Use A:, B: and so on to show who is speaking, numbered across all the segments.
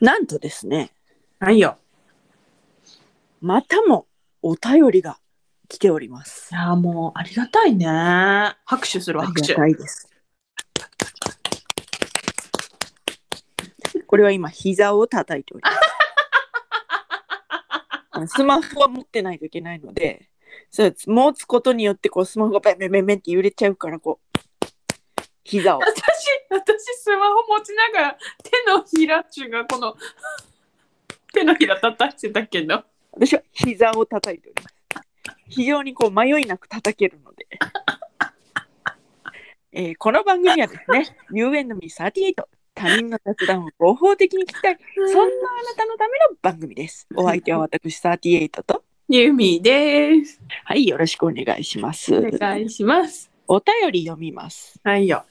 A: なんとですね、
B: はいよ。
A: またもお便りが来ております
B: い。やーもうありがたいね。拍手するわ
A: あ
B: 拍
A: り
B: 手
A: が。たいです。これは今、膝を叩いてお ります。スマホは持ってないといけないので、そうです持つことによってこうスマホがベンベンベンベンって揺れちゃうから、こう、膝を。
B: 私私スマホ持ちながら手のひらっちゅうがこの 手のひら叩いてたけど。
A: 私は膝を叩いております。非常にこう迷いなく叩けるので。 えーこの番組はですね、You and Me38、他人の雑談を合法的に聞きたい、そんなあなたのための番組です。お相手は私38と、
B: ユミです。
A: はい、よろしくお願いします。
B: お願いします。
A: お便り読みます。
B: はいよ。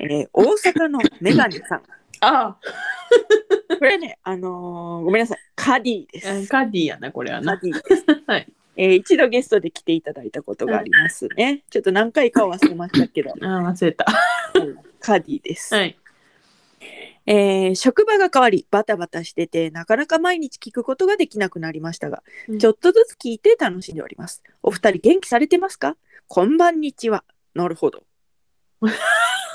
A: えー大阪のメガネさん。
B: あ
A: これね、あのーごめんなさい、カディで
B: あ、うん
A: す。
B: カディやなこれは
A: カ
B: な。
A: ディです。
B: はい。
A: えー一度ゲストで来ていただいたことがありますね。ちょっと何回かは忘れましたけ ど、
B: あー忘れた。
A: カディです、
B: はい。
A: えー職場が変わりバタバタしててなかなか毎日聞くことができなくなりましたが、
B: うん
A: ちょっとずつ聞いて楽しんでおりますお二人元気されてますかこんばんにちはなるほ ど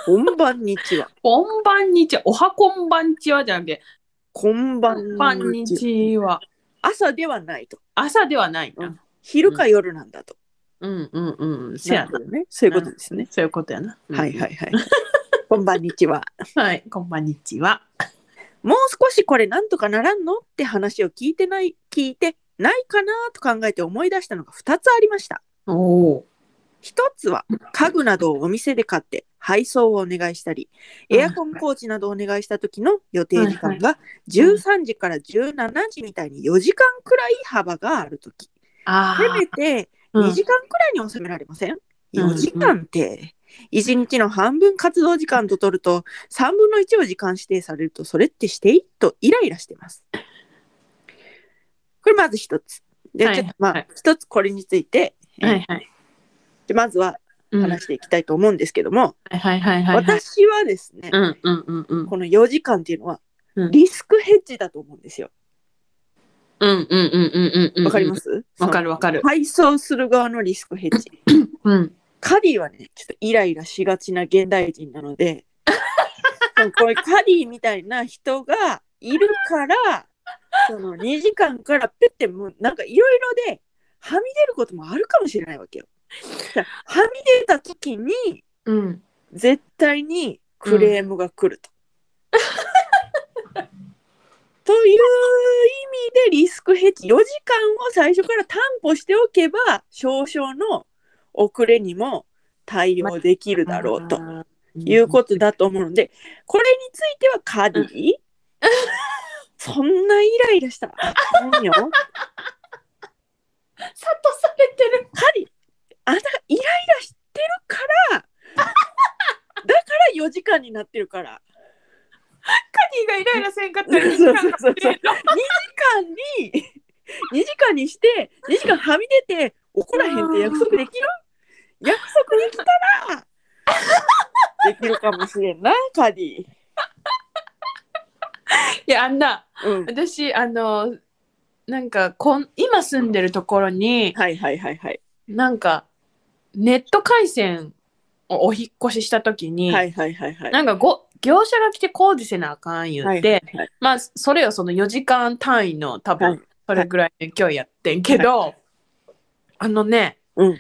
A: こんばんにちは
B: こんばんにちは。おはこんばんちはじゃなくて、
A: こんば
B: こんばん
A: ん
B: に
A: に
B: ち
A: ちは
B: は。
A: 朝ではないと
B: 朝ではないな。
A: 昼か夜なんだと、
B: うんうんうん。せや
A: な
B: な。
A: るほどねそういうことですね、
B: そういうことやな。
A: はいはいはいこんばんにちは
B: はい、こんばんにちは。
A: もう少しこれなんとかならんのって話を聞いてない聞いてないかなと考えて思い出したのが2つありました
B: おお。
A: 一つは家具などをお店で買って配送をお願いしたりエアコン工事などをお願いした時の予定時間が13時から17時みたいに4時間くらい幅がある時
B: あ
A: せめて2時間くらいに収められません、
B: うん
A: ?4 時間って1日の半分活動時間と取ると3分の1を時間指定されるとそれってしていいとイライラしてます。これまず一つ。で、
B: はい
A: ちょっとま
B: は
A: あ
B: い
A: 一つこれについて、えー
B: はいはい。
A: でまずは
B: うんはい
A: 話していきたいと思うんですけども、
B: はいはいはい。
A: 私はですね、
B: うんうんうんうん。
A: この4時間っていうのは
B: うん
A: リスクヘッジだと思うんですよ。
B: うんうんうんうんうん。。
A: わかりますす
B: わかるわかる
A: その配送する側のリスクヘッジ。
B: うん。
A: カディはね、ちょっとイライラしがちな現代人なので、でもこれカディみたいな人がいるから、その2時間からペッてもうなんかいろいろで、はみ出ることもあるかもしれないわけよ。だからはみ出た時に、
B: うん。
A: 絶対にクレームが来ると。という意味でリスクヘッジ4時間を最初から担保しておけば少々の遅れにも対応できるだろうということだと思うのでこれについてはカディ、そんなイライラしたらあかんよ
B: と。さとされてる。
A: カディあなたがイライラしてるからだから4時間になってるから。
B: カディがイライラせんかったら
A: そうそうそうそう2時間に2時間にして2時間はみ出て怒らへんって約束できる約束できたらできるかもしれんなカディ、
B: いや、あんな、
A: うん、
B: 私、あの、なんかこん、今住んでるところに、
A: はいはいはいはい
B: なんか、ネット回線をお引っ越ししたときに、
A: はいはいはいはい
B: なんかご業者が来て工事せなあかん言
A: は
B: っ
A: い
B: て、
A: はい
B: まあそれをその4時間単位の多
A: はい
B: 分それぐらいの距離やってんけど、あのね、
A: うん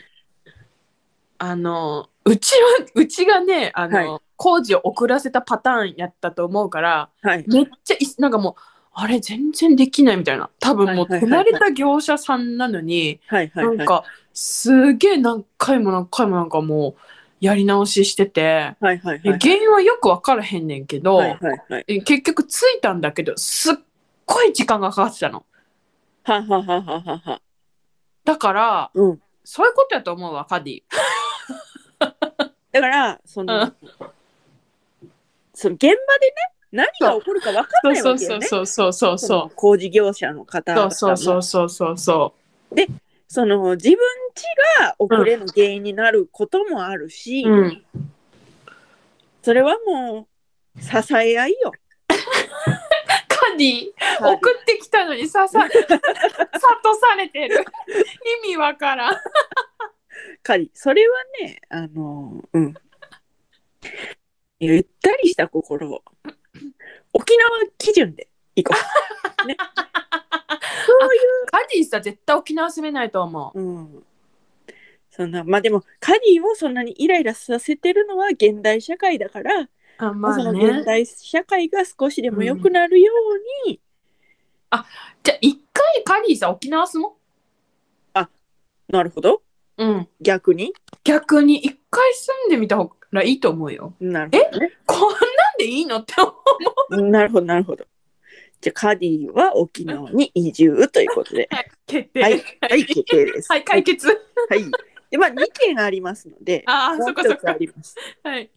B: あのうちはうちがねあの、
A: は
B: 工事を遅らせたパターンやったと思うから
A: はい
B: めっちゃいなんかもうあれ全然できないみたいな多分もう
A: はいはい
B: 手
A: はいは
B: 慣
A: い
B: れた業者さんなのに、
A: はいはいはい
B: なんかすげえ何回も何回もなんかもうやり直ししてて。
A: はいはいはい
B: で原因はよく分からへんねんけど、
A: はいはいはい
B: え結局着いたんだけどすっごい時間がかかってたの
A: はははははは
B: だから
A: うん
B: そういうことやと思うわカディ
A: だからその、その現場でね何が起こるか分かん
B: そ
A: な
B: う
A: い
B: そ
A: わ
B: う
A: け
B: そ
A: よ
B: う
A: ね
B: そうそうそ
A: その
B: うそう
A: 工事業者の方々
B: そう
A: も
B: そうそうそうそうそ
A: その自分ちが遅れの原因になることもあるし、
B: ううん
A: それはもう支え合いよ。
B: カディ
A: カーディ
B: 送ってきたのに ささ諭されてる意味わからん
A: カリそれはねあのうんゆったりした心を沖縄基準で行こう、ね、そ
B: カディさ絶対沖縄住めないと思う
A: ういう、うん、そんなまあでもカリをそんなにイライラさせてるのは現代社会だから、
B: あま
A: そ
B: あ
A: の現
B: ね
A: 代社会が少しでも良くなるように、
B: じゃあ一回カディさ沖縄住も
A: なるほど
B: ううん
A: 逆に
B: 逆に一回住んでみた方がいいと思うよ
A: なるほど、ね、
B: こんなんでいいのって思う
A: なるほどなるほどじゃあカディは沖縄に移住ということで
B: 決定
A: はいはい決定です
B: はい解決
A: はい。で、まあ、2件ありますので、
B: ああ
A: もう
B: そっか
A: 一
B: そっ
A: つあ
B: か
A: ります。
B: はい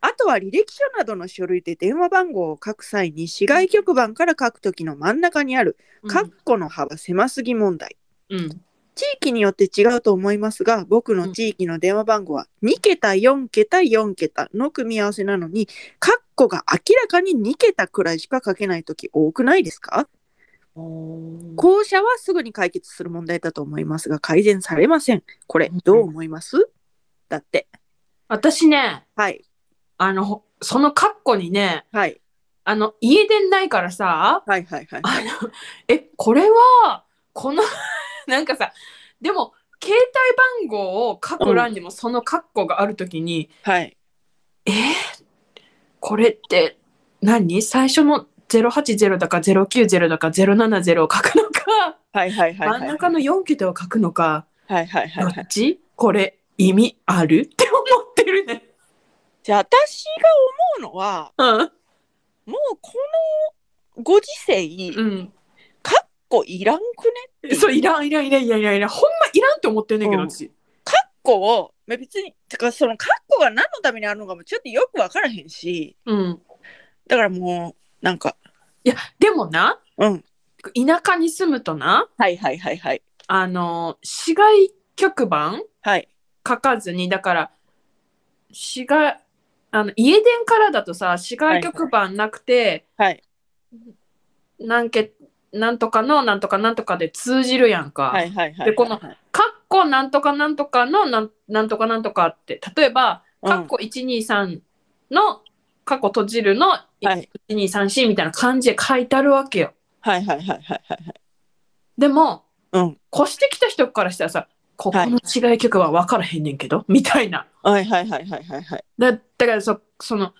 A: あとは履歴書などの書類で電話番号を書く際に、市外局番から書くときの真ん中にある、
B: う
A: 括
B: ん
A: 弧の幅狭すぎ問題。
B: うん
A: 地域によって違うと思いますが、僕の地域の電話番号は2桁、4桁、4桁の組み合わせなのに、括弧が明らかに2桁くらいしか書けないとき多くないですか校舎はすぐに解決する問題だと思いますが、改善されません。これ、どう思いますだって。
B: 私ね
A: はい。
B: あのほその括弧にね
A: はい。
B: あの家電ないからさ
A: はいはいはい。
B: あのえこれはこの なんかさでも携帯番号を書く欄にもその括弧があるときに、
A: はい。
B: えーこれって何最初の080だか090だか070を書くのか
A: はいはいはい。
B: 真ん中の4桁を書くのか
A: はいはいはい
B: ど
A: はい
B: っ。ちこれ意味あるって思ってるね。
A: じゃあ私が思うのは、
B: うん
A: もうこのご時世、
B: う
A: かっ
B: ん、
A: こいらんくね
B: えそういらんいらんいらんいらんいらんいらんほんまいらんって思ってんねんけど、
A: うん
B: 私
A: かっこを、まあ別に、てかそのかっこが何のためにあるのかもちょっとよくわからへんし、
B: うん、
A: だからもう、なんか、
B: いやでもな
A: うん。
B: 田舎に住むとな
A: はいはいはいはい。
B: あの市街局番
A: はい。
B: 書かずにだから市街あの家電からだとさ市街局番なくて、
A: はい。
B: なんけなんとかのなんとかなんとかで通じるやんか。
A: はいはいはい。
B: でこの
A: はい
B: かっこなんとかなんとかのなんなんとかなんとかって例えば
A: うん
B: かっこ123のかっこ閉じるの
A: はい
B: 1234みたいな感じで書いてあるわけよ。
A: はいはいはいはいはい。
B: でも
A: うん。
B: 越してきた人からしたらさここの違い曲は分からへんねんけど、みたいな。
A: はいはいはいはいはいはい。
B: だだからそその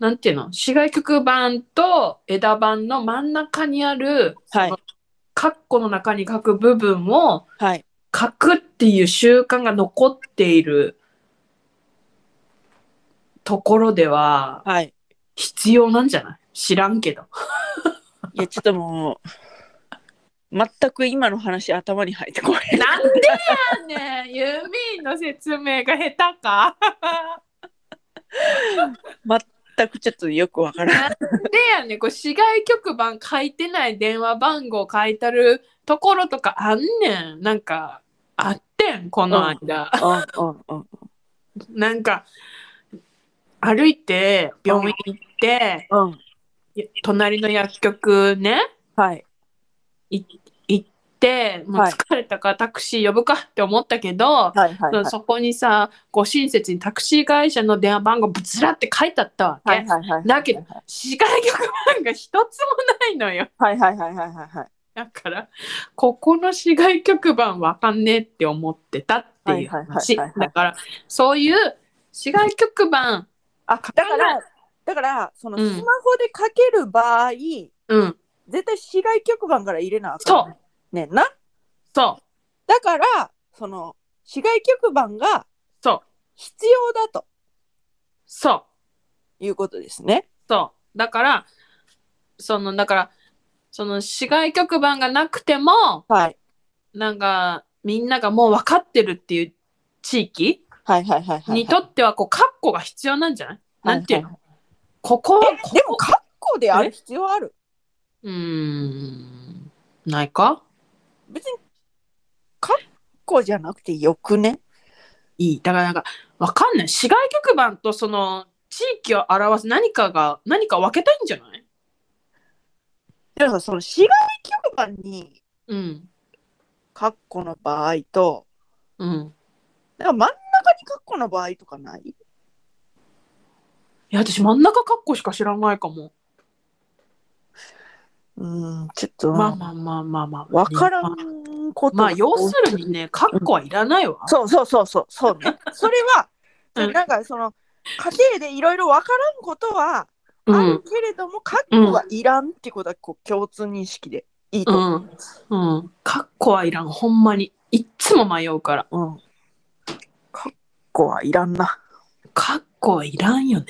B: なんていうの市外局版と枝版の真ん中にある
A: はい
B: そのカッコの中に書く部分を
A: はい。
B: 書くっていう習慣が残っているところでは
A: はい。
B: 必要なんじゃない知らんけど。
A: いや、ちょっともう、全く今の話頭に入ってこない。
B: なんでやねんユーミンの説明が下手か
A: 全くちょっとよくわからん。
B: なんでやねんこう市外局番書いてない電話番号書いてあるところとかあんねんなんかあってんこの間、
A: うんうんうん
B: なんか歩いて病院行って、
A: うん。
B: い隣の薬局ね
A: はい。
B: い行ってもう
A: はい
B: 疲れたからタクシー呼ぶかって思ったけど、
A: はいはい
B: そ
A: は
B: う
A: い。
B: そこにさご親切にタクシー会社の電話番号ぶつらって書いてあったわけ、
A: はいはいはい。
B: だけど市外局番が一つもないのよ
A: はいはいはいはいはいはい。
B: だからここの市外局番わかんねえって思ってたっていう話
A: はいはいはいはいはい
B: だからそういう市外局番
A: あ、だから、だから、そのスマホでかける場合、
B: うん
A: 絶対市外局番から入れなあかん。。
B: そう
A: ねんな。
B: そう
A: だから、その、市外局番が
B: そう
A: 必要だと
B: そう
A: いうことですね。
B: そうだからそのだからその市外局番がなくても
A: はい。
B: なんかみんながもう分かってるっていう地域
A: はいはいはいはい。
B: にとってはこうカッコが必要なんじゃない、
A: はい
B: なんていうのここはこ
A: でも、格好である必要ある。
B: うーんないか
A: 別に、格好じゃなくてよくね。
B: いいだからなんかわかんない市外局番とその地域を表す何かが何か分けたいんじゃない
A: らさその市街局番に
B: うん。
A: カッコの場合と
B: うん。
A: なんか真ん中にカッコの場合とかない
B: いや、私真ん中括弧しか知らないかも。
A: うんちょっと
B: まあまあまあまあまあ。
A: 分から
B: まあ
A: んことが
B: まあ、要するにね、括弧はいらないわ。
A: そうそうそうそうそうね それは、
B: うん
A: なんかその家庭でいろいろ分からんことは
B: う
A: ある
B: ん。
A: けれども、カッコはいらんってことはこう共通認識でいいと
B: う
A: 思
B: ん。うん。括弧はいらん。ほんまに。いっつも迷うから。
A: う。うん。カッコはいらんな。
B: 括弧はいらんよね。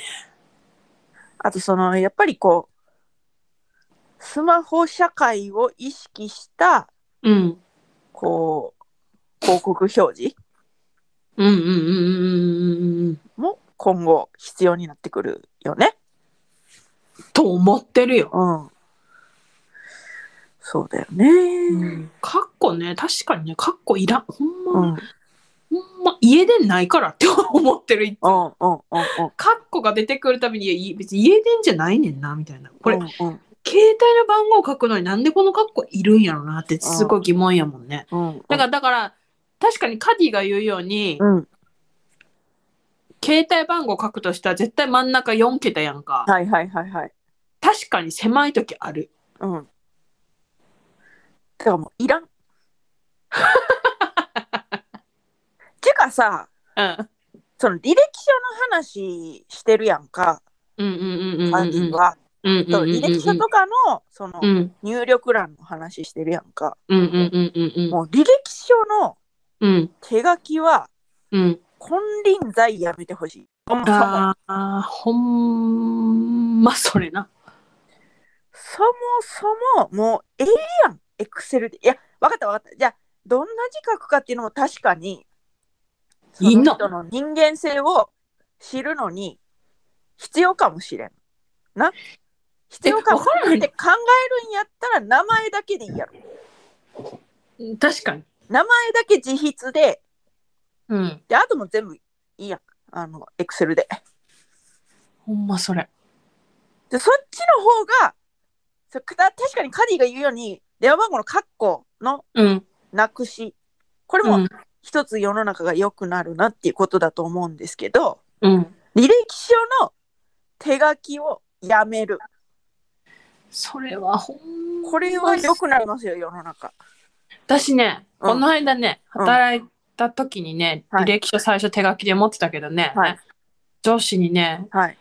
A: あとそのやっぱりこうスマホ社会を意識した
B: うん。
A: こう広告表示
B: うんうんうんうんうんうんうん。
A: も今後必要になってくるよね。
B: と思ってるよ。
A: うん。そうだよね。
B: かっこね確かにねかっこいらんほん
A: う
B: ま、
A: ん。うん。うん。
B: ほんま家でないからって思ってる
A: うん。うん。
B: かっこが出てくるたびにいや別に家電じゃないねんなみたいなこれ、
A: うんうん
B: 携帯の番号書くのになんでこのかっこいるんやろなってすごい疑問やもんね、
A: うん。
B: だからだから確かにカディが言うように、
A: うん。
B: 携帯番号書くとしたら絶対真ん中4桁やんか、
A: はいはいはいはい。
B: 確かに狭い時ある
A: うん。だからもういらん。てかさ、
B: うん
A: その履歴書の話してるやんか、
B: うんうんうんうんう
A: 犯
B: んうん
A: 人は。
B: うん
A: その履歴書とかのその
B: うん
A: 入力欄の話してるやんか。
B: うんうんうんうんうん
A: もう履歴書の
B: うん
A: 手書きは
B: うん
A: 金輪際やめてほしい。そもそも
B: ああ、ほんまそれな。
A: そもそももうええやん、エクセルで。いや、わかったわかった。じゃあ、どんな字書くかっていうのも確かに、そ
B: いい
A: の
B: の
A: 人の人間性を知るのに必要かもしれん。な必要かもしれんって考えるんやったら名前だけでいいやろ。
B: 確かに。
A: 名前だけ自筆で、
B: うん。
A: であとも全部いいやん。あの、エクセルで。
B: ほんまそれ。
A: で、そっちの方が、そた確かにカディが言うように、電話番号の括弧の
B: うん。
A: なくし、これ
B: う
A: も
B: ん。
A: 一つ世の中が良くなるなっていうことだと思うんですけど
B: うん。
A: 履歴書の手書きをやめる
B: それはほんま
A: これは良くなりますよ世の中
B: 私ね、
A: うん
B: この間ね、
A: うん
B: 働いた時にね、
A: はい
B: 履歴書最初手書きで持ってたけどね、
A: はい
B: 上司にね、
A: はい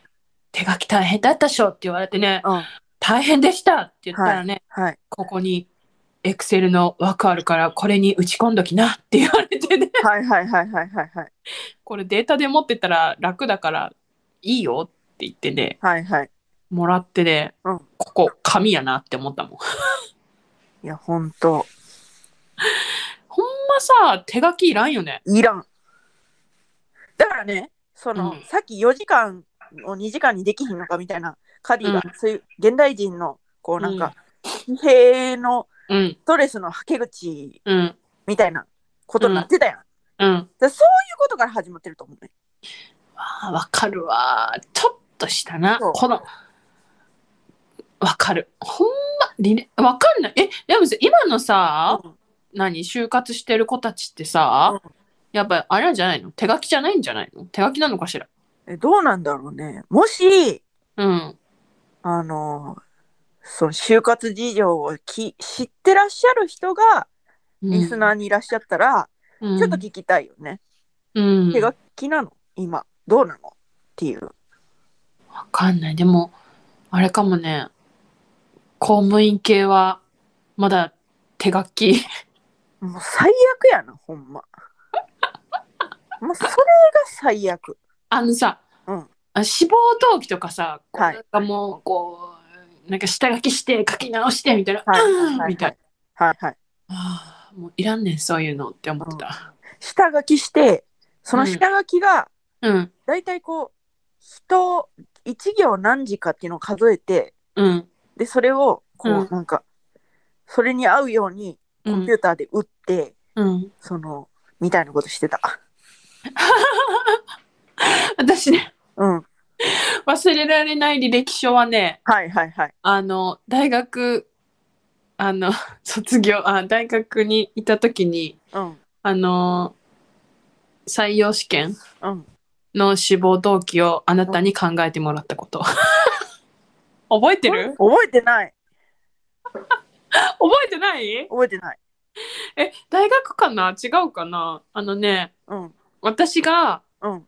B: 手書き大変だったっしょって言われてね、
A: うん
B: 大変でしたって言ったらね、
A: はい
B: ここに、エクセルの枠あるから、これに打ち込んどきなって言われてね。
A: はいはいはいはいはいはい
B: これデータで持ってたら楽だからいいよって言ってね
A: はいはい
B: もらってね、
A: うん
B: ここ紙やなって思ったもん
A: いや本当
B: ほんまさ手書きいらんよね
A: いらんだからねその、
B: うん
A: さっき4時間を2時間にできひんのかみたいなカディが、
B: う
A: そういう現代人のこうなんか、疲弊の
B: うん
A: ストレスのはけ口
B: うん
A: みたいなことになってたやん、
B: うん
A: だからそういうことから始まってると思うね。
B: あーわかるわちょっとしたな
A: そう
B: このわかるほんまリレわかんないえでもさ今のさ、
A: うん
B: 何就活してる子たちってさ、やっぱあれなんじゃないの手書きじゃないんじゃないの手書きなのかしら
A: えどうなんだろうね。もし、
B: うん
A: あの、その就活事情をき知ってらっしゃる人がリスナー
B: ー、
A: にいらっしゃったら、
B: うん
A: ちょっと聞きたいよね。
B: うん
A: 手書きなの今。どうなのっていう。
B: わかんない。でも、あれかもね、公務員系は、まだ手書き。
A: もう最悪やな、ほんま。もうそれが最悪。
B: あのさ、
A: うん
B: あ志望動機とかさ、こう
A: はい
B: なんかもう、こう、なんか下書きして、書き直して、みたいな、
A: はいはいはい
B: うんみたいな。
A: はいはい。
B: あーもういらんねん、そういうのって思ってた。
A: 下書きして、その下書きが、
B: うん、
A: だいたいこう、人、一行何字かっていうのを数えて、
B: うん、
A: でそれをこう、
B: うん
A: なんかそれに合うように
B: う
A: コン
B: ん
A: ピュ、ーターで打って、
B: うん。
A: そのみたいなことしてた。
B: 私ね、
A: うん
B: 忘れられない履歴書はね、
A: はいはいはい。
B: あの、大学あの 卒業あ大学にいた時に
A: うん
B: あの採用試験
A: うん
B: の志望動機をあなたに考えてもらったこと 覚えてる
A: 覚えてない
B: 覚えてない
A: 覚えてない
B: え大学かな違うかなあのね
A: うん
B: 私が
A: うん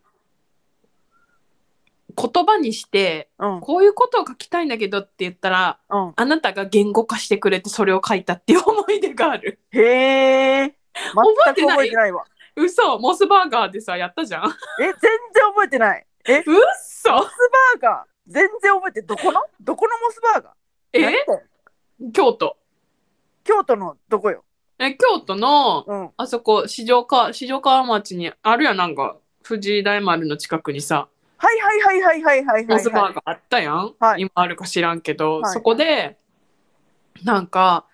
B: 言葉にして
A: うん
B: こういうことを書きたいんだけどって言ったら
A: うん
B: あなたが言語化してくれてそれを書いたっていう思い出がある
A: へえ全
B: 覚えて
A: く
B: ない
A: 覚えてないわ
B: 嘘モスバーガーでさやったじゃん
A: え全然覚えてないえモ
B: 嘘
A: スバーガー全然覚えてどこのどこのモスバーガーなん
B: え
A: て
B: 京都
A: 京都のどこよ
B: え京都の
A: うん
B: あそこ四条川四条川町にあるやんなんか藤井大丸の近くにさ
A: はいはいはいはいはいはい
B: モ
A: はい
B: スバーガーあったやん、
A: はい
B: 今あるか知らんけど、
A: はい
B: そこでなんか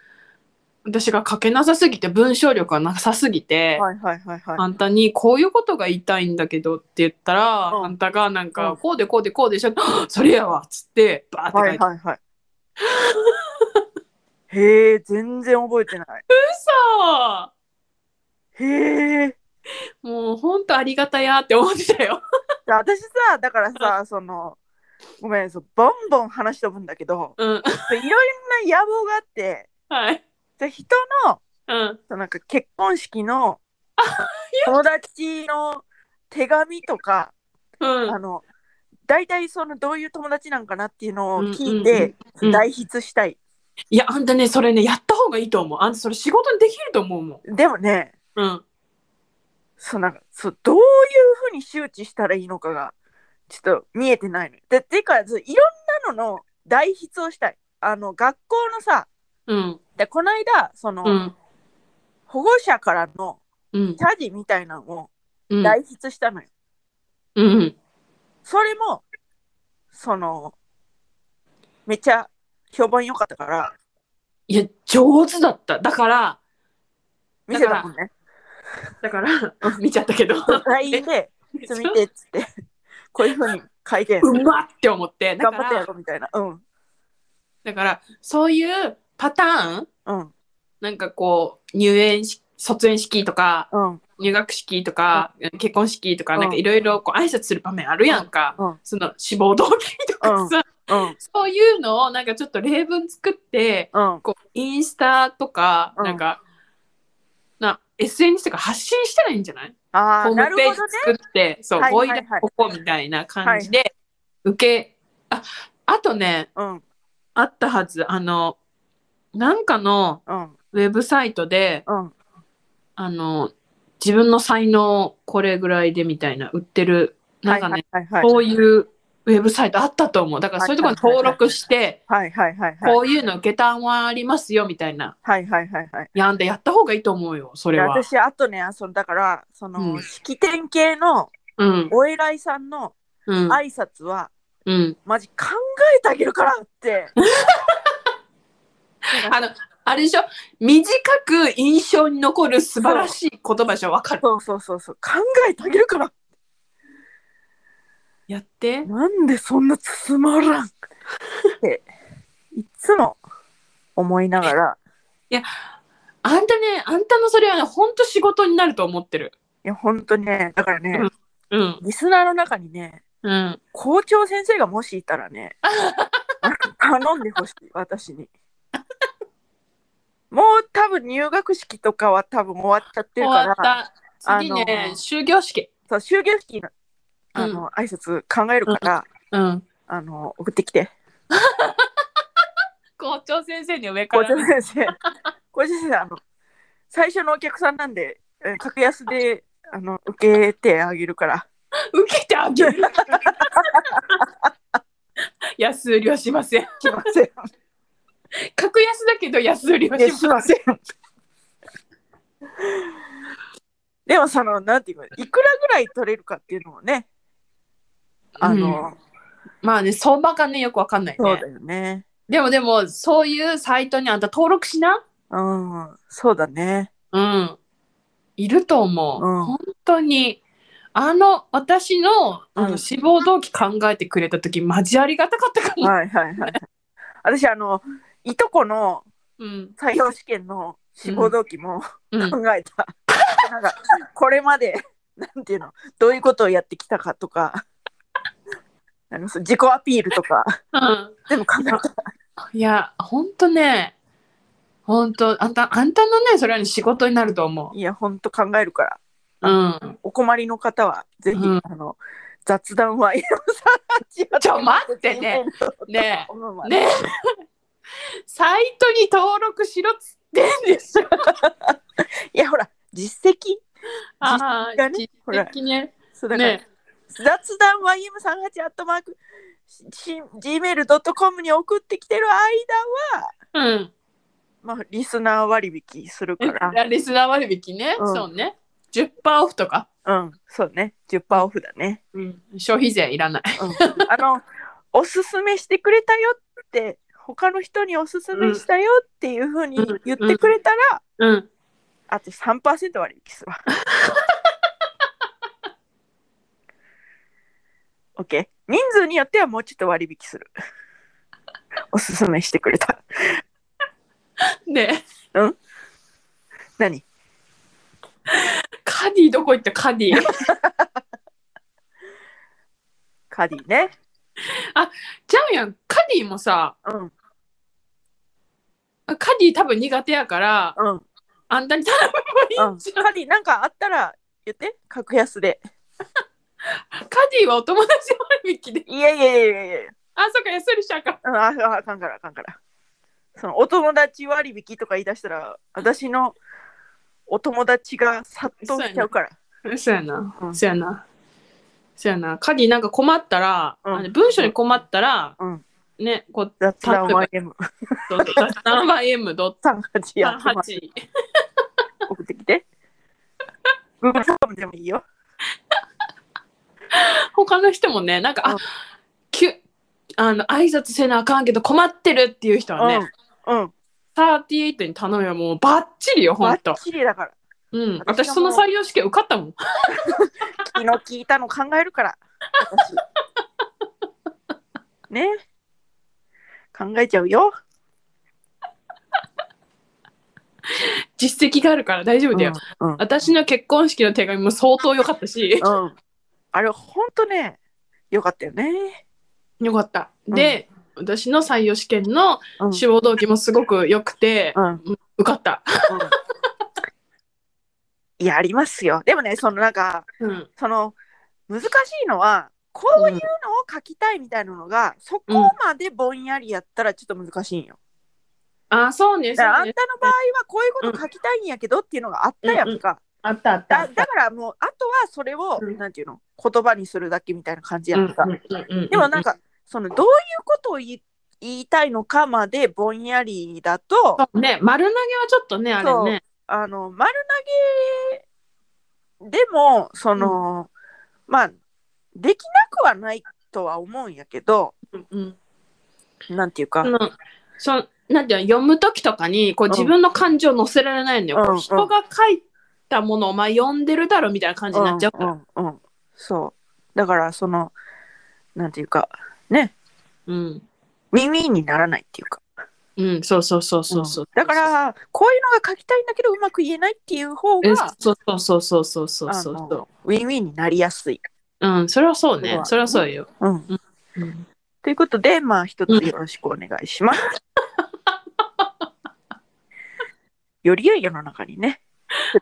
B: 私が書けなさすぎて文章力がなさすぎて、
A: はいはいはいはい
B: あんたにこういうことが言いたいんだけどって言ったら、
A: うん
B: あんたがなんか、
A: うん
B: こうでこうでこうでしょ、 それやわっつってバーって書い
A: はい
B: て、
A: はい はいへえ全然覚えてないへえ
B: 嘘もうほんとありがたやって思ってたよ
A: で私さだからさそのごめんそうボンボン話し飛ぶんだけど
B: うん
A: そういろいろな野望があって
B: はい
A: で人の
B: うん
A: そうなんか結婚式の友達の手紙とか
B: うん
A: あの大体そのどういう友達なんかなっていうのを聞い
B: うんうん
A: て
B: うん
A: 代筆したい、
B: いやあんたねそれねやった方がいいと思うあんたそれ仕事にできると思うもん
A: でもね
B: うん
A: そうなんかそうどういうふうに周知したらいいのかがちょっと見えてないのよでてかそういろんなのの代筆をしたいあの学校のさ
B: うん
A: でこの間その、
B: うん
A: 保護者からの
B: うん
A: 謝辞みたいなのを
B: うん
A: 代筆したのよ、
B: うん
A: それもそのめっちゃ評判良かったから
B: いや上手だっただから
A: 見せたもんね
B: だから 見ちゃったけど
A: LINE で「ちょっと見て」っつってこういうふうに書いて
B: うまっって思ってだ
A: 頑
B: か
A: 張ってや
B: ら
A: ろうみたいなうん
B: だからそういうパターン
A: うん
B: なんかこう入園式卒園式とか
A: うん
B: 入学式とか、結婚式とか、
A: うん
B: なんかいろいろこう挨拶する場面あるやんか、
A: うん
B: その志望動機とかさ、
A: うん
B: そういうのをなんかちょっと例文作って
A: うん
B: こうインスタとか、
A: うん
B: なんかな SNS とか発信したらいいんじゃない
A: あ
B: ホ
A: あ
B: ー
A: な
B: ム
A: る
B: ペー
A: ほ
B: ジ
A: どね
B: 作ってそう、
A: はいはいはい
B: ご依頼ここみたいな感じで受け、ああとね
A: うん
B: あったはずあのなんかの
A: うん
B: ウェブサイトで、
A: うん
B: あの自分の才能これぐらいでみたいな売ってるなんかね、
A: はいはい
B: こういうウェブサイトあったと思うだからそういうところに登録して、
A: はいはいはい
B: こ
A: は
B: ういうの下段はありますよみたいない
A: はいはいはいはい
B: やんでやった方がいいと思うよそ
A: で
B: れは。
A: 私あとねそのだからその、
B: うん
A: 式典系の
B: うん
A: お偉いさんの
B: うん
A: 挨拶は、
B: うん、
A: マジ考えてあげるからって
B: あのあれでしょ短く印象に残る素晴らしい言葉でしょわかる
A: そうそうそうそう考えてあげるから
B: やって
A: なんでそんなつまらんっていつも思いながら
B: あんたねあんたのそれはねほんと仕事になると思ってる
A: いや本当にねだからね、
B: うんうん
A: リスナーの中にね
B: うん
A: 校長先生がもしいたらね頼んでほしい私にもう多分入学式とかは多分終わっちゃって
B: 終
A: るか
B: わっ
A: ら
B: た次ね、
A: あの
B: 終業式
A: そう終業式のあの、挨拶考えるから、
B: うん
A: あの送ってきて
B: 校長先生に上か
A: 校
B: ら
A: 長先 生校長先生あの最初のお客さんなんでえー格安であの受けてあげるから
B: 受けてあげる 安売りはしません
A: しません
B: 格安だけど安売りはし
A: え
B: ます
A: ません でもそのなんていうかいくらぐらい取れるかっていうのをねあの、
B: まあね相場がねよくわかんない
A: そう
B: ね
A: だよね
B: でもでもそういうサイトにあんた登録しな
A: うんそうだね
B: うんいると思う、
A: うん
B: 本当にあの私のあ
A: う
B: の
A: ん
B: 志望動機考えてくれた時マジありがたかったかも、
A: はいはいはい私あのいとこの
B: うん。
A: 採用試験の志望動機も
B: うん。
A: 考えた。なんかこれまでなんていうのどういうことをやってきたかとかあのそう自己アピールとか
B: うん
A: 全部考えた。
B: いや、ほんとね、ほんと、あんた、あんたのね、それはね仕事になると思
A: いや本当考えるから
B: う。うん。
A: お困りの方はぜひ、
B: うん
A: あの雑談は M サーチ
B: ちょ待ってね。ねえ、
A: ね
B: ねえ、サイトに登録しろっつってんでしょ。
A: いやほら実績
B: ああ、
A: がね
B: 実
A: ほら
B: 績ね。
A: そうだから、
B: ね
A: 雑談 YM38 アットマーク gmail.com に送ってきてる間
B: え、うん。
A: は、まあ、リスナー割引するから
B: いや リスナー割引ね。
A: うん
B: そうね。10%オフとか。
A: うんそうね10%オフだね、
B: うん。消費税いらない。
A: うん、あのおすすめしてくれたよって他の人におすすめしたよっていうふうに言ってくれたら、
B: うん。
A: あと3%割引 するわ。OK。人数によってはもうちょっと割引する。おすすめしてくれた。
B: ねえ
A: 何
B: カディどこ行ったカディ。
A: カディね。
B: ちゃうやん。カディもさ、
A: うん。
B: カディ多分苦手やから、
A: うん。
B: あんたに頼めば
A: う
B: いいん
A: ん、
B: じゃん。
A: カディ、なんかあったら言って。格安で。
B: カディはお友達割引で。
A: いやいやいやいやいや。
B: あ、そっか、安いしちゃうか。
A: うん、あああかんからあかんから。そのお友達割引とか言い出したら、私のお友達が殺到しちゃうから。
B: そうやな
A: う。ん
B: そうやな。そうやな。カディなんか困ったら、
A: うん
B: あの文章に困ったら、
A: うん
B: ね、こう、
A: 雑談 YM38
B: ド ット、何番 M ドッ
A: やって
B: ト
A: ます
B: 八。
A: 送ってきて。Google フォームでもいいよ。
B: 他の人もね、なんか、
A: う
B: あ
A: ん、
B: きゅ、あの、挨拶せなあかんけど困ってるっていう人はね、
A: うん。うん。
B: 38に頼めばもうバッチリよ、ほ
A: ば
B: んと
A: っ。ちりだから。
B: うん。
A: 私
B: 私、
A: は
B: そ
A: もう
B: の採用試験受かったもん。
A: 昨日聞いたの考えるから。私ね。考えちゃうよ。
B: 実績があるから大丈夫だよ。
A: うん。うん
B: 私の結婚式の手紙も相当良かったし、
A: うんあれ、ほんとね、よかったよね。
B: よかった。で、私の採用試験の
A: うん。
B: 志望動機もすごく良くて、
A: うんうん
B: 受かった。
A: いや、ありますよ。でもね、そのなんか、
B: うん。
A: その、難しいのは、こういうのを書きたいみたいなのが、そこまでぼんやりやったらちょっと難しいんよ。
B: あ、そうね、
A: だから
B: そ
A: あ
B: うんね。
A: たの場合はこういうこと書きたいんやけどっていうのがあったやんか。
B: あったあっ
A: だ
B: た。
A: だからもうあとはそれを、
B: うん
A: なんていうの言葉にするだけみたいな感じやんか。で
B: で
A: もなん、かそのどういうことを言い言いたいのかまでぼんやりだと
B: そうね、丸投げはちょっとね、あれね。
A: あの丸投げでもその、まあできなくはないとは思うんやけど
B: うんうん
A: なんていうか、
B: その、そなんていうの、読むときとかに、こう
A: うん
B: 自分の感情を載せられないんだよ。
A: うん
B: こう
A: うん
B: 人が書いたものを、まあ読んでるだろみたいな感じになっちゃうから。
A: うんうんうんそうだからそのなんていうかね
B: うん。
A: ウィンウィンにならないっていうか。
B: うん、そうそうそうそうそう。
A: だか、らこういうのが書きたいんだけどうまく言えないっていう方
B: え
A: が
B: そうそうそうそうそうそうそ
A: あ
B: う
A: の。ウィンウィンになりやすい。
B: うん、それはそう
A: そう
B: ね
A: だ。
B: それはそうよ。
A: うん、
B: うん
A: ということでまあ一つよろしくお願いします。 より良い世の中にね。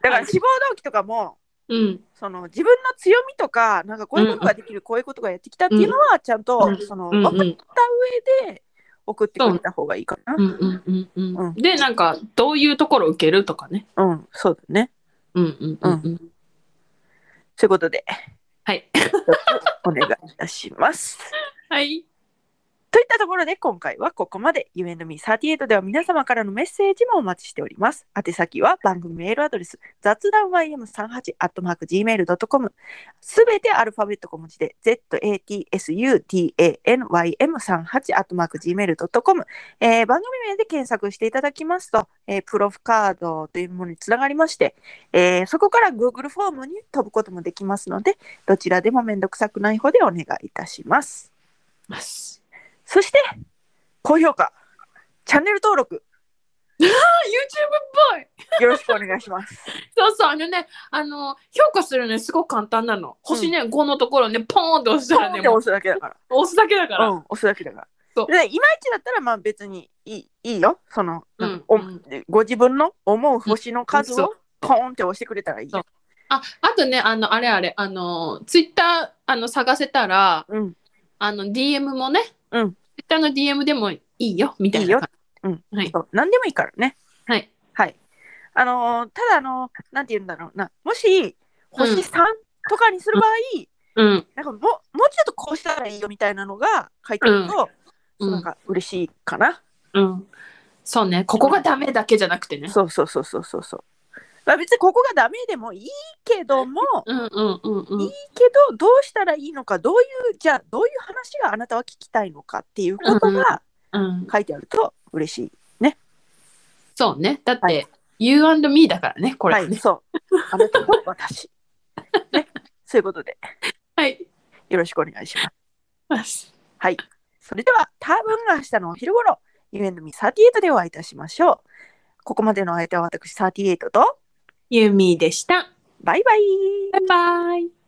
A: だから志望動機とかも
B: うん。
A: その自分の強みとかなんかこういうことができる、こういうことがやってきたっていうのはちゃんと、
B: うん
A: その
B: うん
A: 分
B: う
A: かった
B: ん
A: 上で送ってくれた方がいいかな。
B: うんうんうんう
A: うん
B: ん。で、なんか、どういうところを受けるとかね。
A: うん、そうだね。
B: うんうんうんうん。
A: ということで
B: はい。
A: お願いいたします。
B: はい。
A: といったところで今回はここまで u n m 3 8では皆様からのメッセージもお待ちしております宛先は番組メールアドレス雑談 ym38-gmail.com すべてアルファベット小文字で zatsudanym38-gmail.com、えー番組名で検索していただきますと、えープロフカードというものにつながりまして、えーそこから Google フォームに飛ぶこともできますのでどちらでも面倒くさくない方でお願いいたします
B: ます。
A: そして、高評価、チャンネル登録、
B: ボーイ
A: よろしくお願いします。
B: そうそう、あのね、あの、評価するね、すごく簡単なの。星ね、5のところね、ポーンって押したら ね、
A: で
B: もう
A: 押すだけだか。
B: 押すだけだからら。
A: うん、押すだけだから。
B: そう
A: でいまいちだったらまあ別にいいいいよ。その、なんかお
B: うん
A: ご自分の思う星の数
B: そ
A: をポーンって押してくれたらいいよ。
B: あ、あとね、あの、あれあれ、あの、ツイッター、あの、探せたら、
A: うん。
B: あの、DM もね、
A: うん
B: ツイッターの DM でもいいよ、みたいな感じ。はい。
A: そう何でもいいからね。
B: はい。
A: はい。あのーただあのーなんて言うんだろうな。もし星
B: うん
A: 3とかにする場合、
B: うん。
A: なんかももうちょっとこうしたらいいよみたいなのが書いてあると、
B: う
A: なん
B: ん。
A: か嬉しいかな。
B: うん。そうね、ここがダメだけじゃなくてね。
A: そうそうそうそうそうそう。まあ別にここがダメでもいいけども、
B: うんうんうんうん。
A: いいけどどうしたらいいのかどういうじゃあどういう話があなたは聞きたいのかっていうことが
B: うん、
A: 書いてあると嬉しい。
B: そうね。だって、
A: は
B: You and me だからね、これ
A: は、
B: はいね。
A: そう。あなたと私。ね、そういうことで
B: はい。
A: よろしくお願いします。
B: ます
A: はい。それでは多分が明日のお昼頃 You and me38 でお会いいたしましょう。ここまでのお相手は私38と
B: ユーミーでした。
A: バイバイ。
B: バイバイ。